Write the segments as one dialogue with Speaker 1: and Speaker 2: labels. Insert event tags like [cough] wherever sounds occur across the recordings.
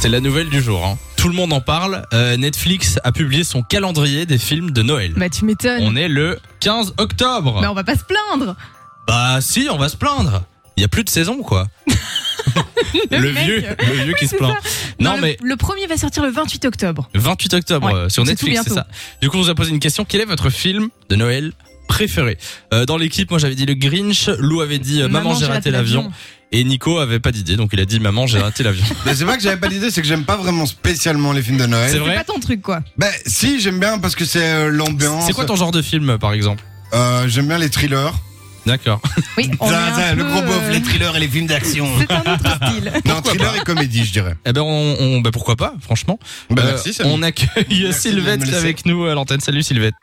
Speaker 1: C'est la nouvelle du jour. hein. Tout le monde en parle. Euh, Netflix a publié son calendrier des films de Noël.
Speaker 2: Bah tu m'étonnes.
Speaker 1: On est le 15 octobre.
Speaker 2: Bah on va pas se plaindre.
Speaker 1: Bah si, on va se plaindre. Il y a plus de saison quoi. le,
Speaker 2: mec.
Speaker 1: vieux, le vieux qui se
Speaker 2: c'est
Speaker 1: plaint. Non,
Speaker 2: le-
Speaker 1: mais
Speaker 2: le, premier va sortir le 28 octobre.
Speaker 1: 28 octobre
Speaker 2: Ouais,
Speaker 1: euh, sur
Speaker 2: c'est
Speaker 1: Netflix,
Speaker 2: tout
Speaker 1: c'est ça.
Speaker 2: bientôt.
Speaker 1: Du coup, on vous a posé une question. Quel est votre film de Noël préféré Euh, Dans l'équipe, moi j'avais dit le Grinch, Lou avait dit euh, Maman, j'ai raté l'avion et Nico avait pas d'idée, donc il a dit Maman, j'ai raté l'avion.
Speaker 3: Mais c'est pas que j'avais pas d'idée, c'est que j'aime pas vraiment spécialement les films de
Speaker 1: c'est
Speaker 3: Noël.
Speaker 2: C'est
Speaker 1: vrai
Speaker 2: pas ton truc quoi.
Speaker 3: Bah si, j'aime bien parce que c'est euh, l'ambiance.
Speaker 1: C'est quoi ton genre de film par exemple
Speaker 3: Euh, J'aime bien les thrillers.
Speaker 1: D'accord.
Speaker 2: Oui, on est un
Speaker 3: Ça, ça, le
Speaker 2: peu,
Speaker 3: gros beauf,
Speaker 2: euh,
Speaker 3: les thrillers et les films d'action.
Speaker 2: [laughs] C'est un autre style.
Speaker 3: Non, thriller et comédie, je dirais.
Speaker 1: Eh ben on, on- bah pourquoi pas, franchement.
Speaker 3: Bah,
Speaker 1: Euh,
Speaker 3: merci, Samy.
Speaker 1: on accueille
Speaker 3: Merci de
Speaker 1: Sylvette
Speaker 3: me
Speaker 1: qui est
Speaker 3: laisser.
Speaker 1: avec nous à l'antenne. Salut
Speaker 3: [laughs]
Speaker 1: Sylvette.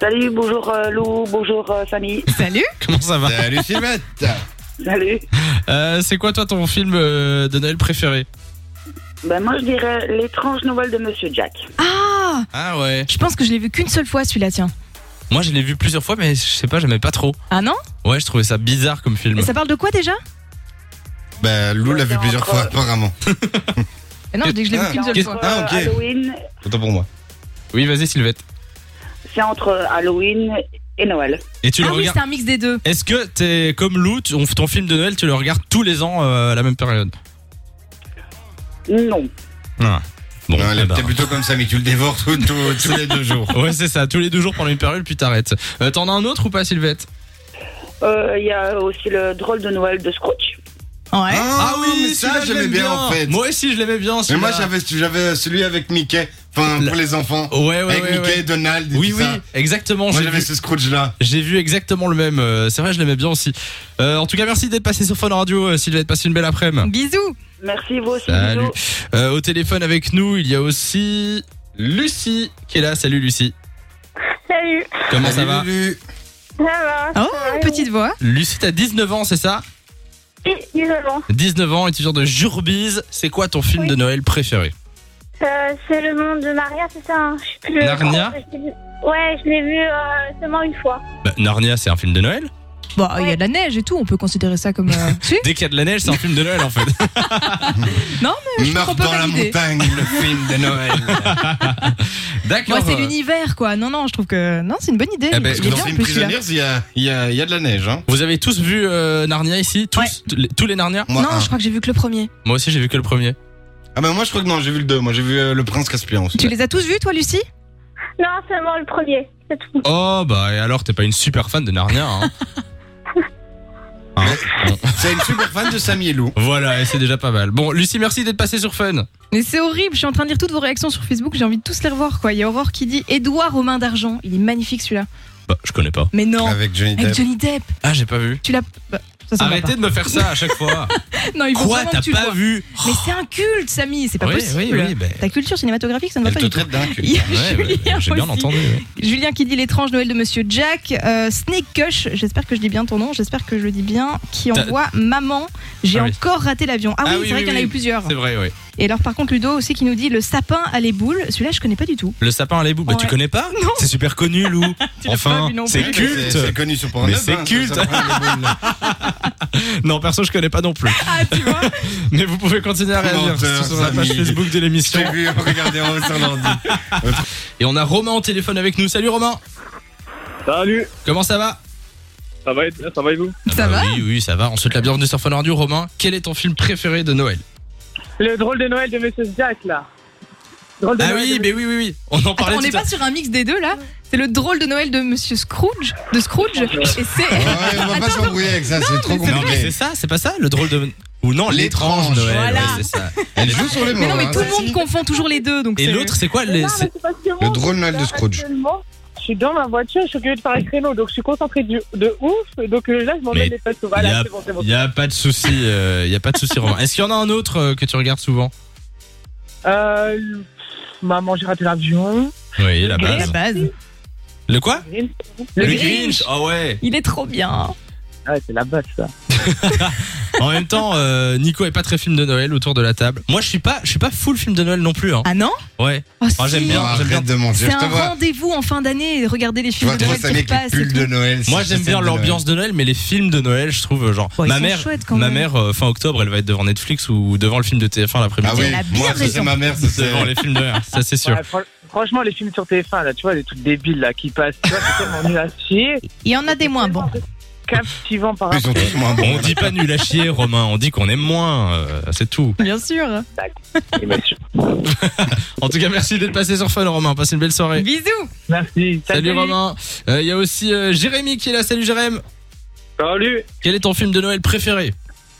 Speaker 4: Salut, bonjour euh, Lou, bonjour euh,
Speaker 3: [laughs]
Speaker 4: Samy.
Speaker 2: Salut.
Speaker 1: Comment ça va
Speaker 3: Salut Sylvette
Speaker 4: Salut.
Speaker 1: Euh, C'est quoi toi ton film euh, de Noël préféré
Speaker 4: Ben, moi, je dirais l'étrange nouvelle de Monsieur Jack.
Speaker 2: Ah,
Speaker 1: Ah ouais.
Speaker 2: je pense que je l'ai vu qu'une seule fois celui-là tiens.
Speaker 1: Moi je l'ai vu plusieurs fois mais je sais pas, j'aimais pas trop.
Speaker 2: Ah non
Speaker 1: Ouais, je trouvais ça bizarre comme film.
Speaker 2: Et ça parle de quoi déjà
Speaker 3: Bah Lou l'a vu
Speaker 4: Ouais,
Speaker 3: plusieurs
Speaker 4: encore.
Speaker 3: fois apparemment.
Speaker 2: Mais Eh Non, je dis que je l'ai vu
Speaker 3: Ah,
Speaker 2: qu'une seule
Speaker 1: qu'est-ce-
Speaker 2: fois.
Speaker 3: Ah, ok.
Speaker 4: euh, Halloween,
Speaker 3: Autant pour moi.
Speaker 1: Oui, vas-y Sylvette.
Speaker 4: c'est entre euh, Halloween et Noël.
Speaker 1: Et tu
Speaker 2: Ah
Speaker 1: le
Speaker 2: oui,
Speaker 1: regardes
Speaker 2: c'est un mix des deux.
Speaker 1: Est-ce que t'es comme Lou, tu- on- ton film de Noël, tu le regardes tous les ans euh, à la même période
Speaker 4: Non.
Speaker 1: Non. Bon,
Speaker 3: non, elle
Speaker 1: eh
Speaker 3: est
Speaker 1: ben.
Speaker 3: plutôt comme ça, mais tu le dévores tout- tout- tous les deux jours.
Speaker 1: Ouais, c'est ça, tous les deux jours pendant une période, puis t'arrêtes. Euh, T'en as un autre ou pas, Sylvette
Speaker 4: Euh, Il y a aussi le drôle de Noël de Scrooge.
Speaker 2: Ouais.
Speaker 1: Ah.
Speaker 3: Ah, mais ça
Speaker 1: celui-là, je
Speaker 3: j'aimais
Speaker 1: l'aime
Speaker 3: bien, en fait.
Speaker 1: Moi aussi, je l'aimais bien.
Speaker 3: Mais moi
Speaker 1: celui-là.
Speaker 3: j'avais j'avais celui avec Mickey, enfin
Speaker 1: La-
Speaker 3: pour les enfants.
Speaker 1: Ouais, ouais,
Speaker 3: avec
Speaker 1: ouais,
Speaker 3: Mickey,
Speaker 1: ouais.
Speaker 3: Donald et
Speaker 1: Oui,
Speaker 3: tout
Speaker 1: oui,
Speaker 3: ça.
Speaker 1: exactement.
Speaker 3: Moi
Speaker 1: J'ai
Speaker 3: j'avais
Speaker 1: vu,
Speaker 3: ce Scrooge là.
Speaker 1: j'ai vu exactement le même. euh, C'est vrai, je l'aimais bien aussi. Euh, en tout cas, merci d'être passé sur Fun Radio, euh, Sylvette. Passez une belle après-midi.
Speaker 2: Bisous.
Speaker 4: Merci, vous aussi.
Speaker 1: Salut.
Speaker 4: bisous.
Speaker 1: Euh, au téléphone avec nous, il y a aussi Lucie qui est là. Salut Lucie.
Speaker 5: Salut,
Speaker 1: Comment ça
Speaker 3: Salut,
Speaker 1: va
Speaker 3: Lulu.
Speaker 5: ça va
Speaker 2: Oh, une petite voix.
Speaker 1: Lucie, t'as 19 ans, c'est ça
Speaker 5: Oui, isolant.
Speaker 1: 19 ans, étudiant de Jurbise. C'est quoi ton film
Speaker 5: Oui.
Speaker 1: de Noël préféré
Speaker 5: Euh, c'est le monde de Maria, c'est ça hein Je sais plus.
Speaker 1: Narnia
Speaker 5: Ouais, je l'ai vu euh, seulement une fois.
Speaker 1: Bah, Narnia, c'est un film de Noël.
Speaker 2: Bon, il y a de la neige et tout, on peut considérer ça comme.
Speaker 1: [laughs]
Speaker 2: euh, si
Speaker 1: Dès qu'il y a de la neige, c'est un film de Noël
Speaker 2: [laughs]
Speaker 1: en fait.
Speaker 2: Ah, je
Speaker 3: Meurt
Speaker 2: comprends
Speaker 3: dans
Speaker 2: pas
Speaker 3: la
Speaker 2: l'idée.
Speaker 3: montagne, le film de
Speaker 2: [laughs]
Speaker 3: Noël.
Speaker 1: D'accord.
Speaker 2: Moi, c'est l'univers quoi. Non, non, je trouve que. Non, c'est une bonne idée.
Speaker 1: Eh ben,
Speaker 2: Il
Speaker 1: je
Speaker 2: est
Speaker 1: vous
Speaker 2: bien
Speaker 3: Dans
Speaker 1: en
Speaker 2: en
Speaker 3: Film
Speaker 2: plus celui-là.
Speaker 3: Prisonniers, il y a, il y a- il y a de la neige. Hein.
Speaker 1: Vous avez tous vu euh, Narnia ici tous,
Speaker 2: Ouais.
Speaker 1: tous les- tous les Narnia
Speaker 3: Moi,
Speaker 2: Non,
Speaker 3: un.
Speaker 2: je crois que j'ai vu que le premier.
Speaker 1: Moi aussi, j'ai vu que le premier.
Speaker 3: Ah bah moi je crois que non, j'ai vu le 2, moi j'ai vu euh, le prince Caspian aussi.
Speaker 2: Tu les as tous vus toi, Lucie
Speaker 5: Non, seulement le premier, c'est tout.
Speaker 1: Oh bah et alors, t'es pas une super fan de Narnia. [laughs] Hein. Hein Bon,
Speaker 3: Ah. C'est une super fan de Samy et Lou.
Speaker 1: voilà, et c'est déjà pas mal. Bon, Lucie, merci d'être passée sur Fun.
Speaker 2: Mais c'est horrible, je suis en train de lire toutes vos réactions sur Facebook, j'ai envie de tous les revoir quoi. Il y a Aurore qui dit Édouard aux mains d'argent, il est magnifique celui-là.
Speaker 1: Bah, je connais pas.
Speaker 2: Mais non,
Speaker 3: Avec Johnny
Speaker 2: avec
Speaker 3: Depp.
Speaker 2: Johnny Depp,
Speaker 1: Ah, j'ai pas vu.
Speaker 2: tu l'as. bah, ça, ça me va
Speaker 1: Arrêtez de me faire ça à chaque
Speaker 2: [laughs]
Speaker 1: fois.
Speaker 2: pas. Non, il faut
Speaker 1: Quoi,
Speaker 2: vraiment
Speaker 1: t'as
Speaker 2: que tu le
Speaker 1: pas
Speaker 2: vois.
Speaker 1: vu Oh,
Speaker 2: Mais c'est un culte, Samy, c'est pas
Speaker 1: Oui,
Speaker 2: possible.
Speaker 1: oui, oui, ben-
Speaker 2: Ta culture cinématographique, ça ne va
Speaker 3: Elle
Speaker 2: pas
Speaker 3: te
Speaker 2: du tout.
Speaker 3: traite d'un cul.
Speaker 2: [laughs] Il y a
Speaker 1: Ouais, ouais,
Speaker 2: Julien
Speaker 1: J'ai bien
Speaker 2: aussi.
Speaker 1: entendu.
Speaker 2: [laughs]
Speaker 1: ouais.
Speaker 2: Julien qui dit l'étrange Noël de Monsieur Jack, euh, Snake Cush, j'espère que je dis bien ton nom, j'espère que je le dis bien, qui
Speaker 1: T'as-
Speaker 2: envoie Maman, j'ai
Speaker 1: Ah oui.
Speaker 2: encore raté l'avion. Ah,
Speaker 1: Ah
Speaker 2: oui,
Speaker 1: oui,
Speaker 2: c'est vrai
Speaker 1: oui,
Speaker 2: qu'il y en a
Speaker 1: oui.
Speaker 2: eu plusieurs.
Speaker 1: C'est vrai, oui.
Speaker 2: Et alors par contre Ludo aussi qui nous dit le sapin à les boules, celui-là je connais pas du tout.
Speaker 1: Le sapin à l'ébout, bah tu
Speaker 2: Ouais.
Speaker 1: connais pas
Speaker 2: [laughs] Non.
Speaker 1: C'est super connu, Lou.
Speaker 2: [laughs] Tu l'as pas
Speaker 1: enfin,
Speaker 2: vu non
Speaker 1: c'est
Speaker 2: plus.
Speaker 1: culte.
Speaker 3: C'est connu sur Pornhub.
Speaker 1: Mais c'est
Speaker 3: hein, ça,
Speaker 1: culte.
Speaker 3: ça prend
Speaker 2: [laughs]
Speaker 3: les boules, là.
Speaker 1: Non, perso, je connais pas non plus.
Speaker 2: Ah tu vois
Speaker 1: Mais vous pouvez continuer à réagir
Speaker 3: Menteur,
Speaker 1: sur la page
Speaker 3: Samy.
Speaker 1: Facebook de
Speaker 3: Je
Speaker 1: l'émission.
Speaker 3: t'ai vu regarder en haut
Speaker 2: [laughs]
Speaker 3: sur l'ordi.
Speaker 1: Et on a Romain au téléphone avec nous. Salut Romain.
Speaker 6: Salut,
Speaker 1: Comment ça va
Speaker 6: ça va, être, ça va et vous
Speaker 2: Ça va
Speaker 1: Bah Oui, oui, ça va. On souhaite la bienvenue sur Fun Radio. Romain, quel est ton film préféré de Noël
Speaker 6: Le drôle de Noël de Monsieur Jack là. Drôle de
Speaker 1: Ah
Speaker 6: Noël
Speaker 1: oui,
Speaker 6: de-
Speaker 1: mais oui, oui, oui. On en
Speaker 2: Attends,
Speaker 1: parlait
Speaker 2: on n'est
Speaker 1: tout à
Speaker 2: pas sur un mix des deux là C'est le drôle de Noël de Monsieur Scrooge, de Scrooge, et c'est...
Speaker 3: Ouais, [laughs] on va pas
Speaker 2: Attends,
Speaker 3: s'embrouiller avec ça, c'est trop
Speaker 2: mais c'est
Speaker 1: Non, mais c'est
Speaker 3: compliqué.
Speaker 1: ça, c'est pas ça le drôle de. Ou non, l'étrange
Speaker 3: L'étrange.
Speaker 1: Noël. ouais,
Speaker 2: Voilà.
Speaker 1: c'est ça.
Speaker 3: Elle joue sur les mots.
Speaker 2: Mais non mais
Speaker 3: hein,
Speaker 2: tout le monde
Speaker 3: si.
Speaker 2: confond toujours les deux donc
Speaker 1: Et
Speaker 2: c'est-
Speaker 1: l'autre, c'est quoi
Speaker 5: Mais
Speaker 1: les...
Speaker 5: non, mais
Speaker 1: c'est-
Speaker 5: c'est parce que
Speaker 3: Le
Speaker 5: moi,
Speaker 3: drôle Noël de
Speaker 5: là,
Speaker 3: Scrooge.
Speaker 5: actuellement,
Speaker 6: Je suis dans ma voiture, je suis occupé de faire un créneau, donc je suis concentré du, de ouf. et Donc euh, là, je m'en
Speaker 1: Mais
Speaker 6: mets les fesses. Voilà,
Speaker 1: y a-
Speaker 6: c'est bon, c'est bon.
Speaker 1: Il y a pas de souci, euh, il y a pas de souci Romain. Est-ce qu'il y en a un autre euh, que tu regardes souvent
Speaker 6: Euh, pff, maman, j'ai raté l'avion.
Speaker 1: Oui, la
Speaker 2: Et la
Speaker 1: base.
Speaker 2: base.
Speaker 1: Le quoi
Speaker 6: Eh ben, Le,
Speaker 2: Le Grinch.
Speaker 1: Ah ouais.
Speaker 2: Il est trop bien.
Speaker 6: Ah, c'est la base ça.
Speaker 1: En même temps, euh, Nico est pas très film de Noël autour de la table. Moi, je suis pas, je suis pas full film de Noël non plus. Hein.
Speaker 2: Ah non
Speaker 1: Ouais.
Speaker 2: Oh,
Speaker 1: Moi, j'aime
Speaker 2: si.
Speaker 1: bien.
Speaker 3: Arrête
Speaker 1: bien.
Speaker 3: de mentir.
Speaker 2: C'est
Speaker 3: Je te
Speaker 2: un
Speaker 3: vois.
Speaker 2: rendez-vous en fin d'année, regarder les
Speaker 3: Je
Speaker 2: films
Speaker 3: vois
Speaker 2: de
Speaker 3: trop
Speaker 2: Noël qui
Speaker 3: Samy avec les
Speaker 2: repassent. et
Speaker 3: pulls
Speaker 2: tout.
Speaker 3: de Noël.
Speaker 1: Moi,
Speaker 3: c'est
Speaker 1: j'aime bien
Speaker 3: celle de
Speaker 1: l'ambiance de Noël, mais les films de Noël, je trouve euh, genre
Speaker 2: Ouais, ils
Speaker 1: ma
Speaker 2: sont
Speaker 1: mère,
Speaker 2: chouettes, quand
Speaker 1: ma
Speaker 2: même.
Speaker 1: mère euh, fin octobre, elle va être devant Netflix ou devant le film de TF1
Speaker 3: Noël.
Speaker 1: l'après-midi.
Speaker 3: Ah oui,
Speaker 2: Elle a bien
Speaker 3: moi, ça, c'est
Speaker 2: raison.
Speaker 3: ma mère, ça,
Speaker 1: [laughs]
Speaker 3: c'est.
Speaker 1: Devant les films de Noël, ça c'est sûr.
Speaker 7: Ouais, fran- franchement, les films sur TF1, là, tu vois, les trucs débiles là, qui passent, tu vois, c'est tellement nul à chier,
Speaker 2: Il y en a des moins
Speaker 3: [laughs]
Speaker 2: bons.
Speaker 7: captivant par
Speaker 2: Ah.
Speaker 3: Ils sont tous moins bons.
Speaker 1: On dit pas nul à chier, Romain. On dit qu'on aime moins. euh, c'est tout.
Speaker 2: Bien sûr.
Speaker 7: Et bien sûr.
Speaker 1: En tout cas, merci d'être passé sur Fun, Romain. Passez une belle soirée.
Speaker 2: Bisous.
Speaker 7: Merci.
Speaker 1: Salut, Romain. Euh, Il y a aussi euh, Jérémy qui est là. Salut Jérémy.
Speaker 8: Salut,
Speaker 1: Quel est ton film de Noël préféré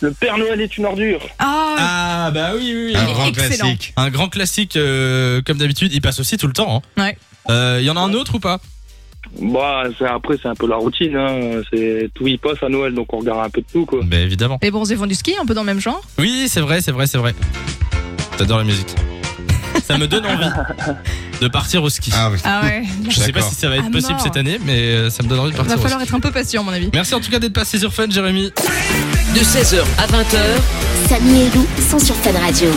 Speaker 8: le Père Noël est une ordure.
Speaker 2: Ah,
Speaker 1: Ah bah oui, oui, oui.
Speaker 3: Un grand
Speaker 2: Excellent.
Speaker 3: classique.
Speaker 1: Un grand classique, euh, comme d'habitude. Il passe aussi tout le temps. hein.
Speaker 2: Ouais.
Speaker 1: Euh, Il y en a un autre ou pas
Speaker 8: Bah, c'est- après, c'est un peu la routine. Hein. C'est tout y passe à Noël, donc on regarde un peu de tout, quoi.
Speaker 1: Bah évidemment.
Speaker 2: les bronzés font du ski, un peu dans le même genre.
Speaker 1: Oui, c'est vrai, c'est vrai, c'est vrai. T'adores la musique. Ça me donne envie de partir au ski.
Speaker 3: Ah oui.
Speaker 2: Ah
Speaker 3: [laughs]
Speaker 2: ouais.
Speaker 1: Je sais pas
Speaker 3: d'accord.
Speaker 1: si ça va être
Speaker 2: À
Speaker 1: possible
Speaker 2: mort.
Speaker 1: cette année, mais euh, ça me donne envie de
Speaker 2: Il va
Speaker 1: partir au ski.
Speaker 2: falloir être un peu patient, à mon avis.
Speaker 1: Merci en tout cas d'être passé sur Fun, Jérémy.
Speaker 9: De 16h à 20h,
Speaker 5: Samy et Lou sont sur Fan Radio.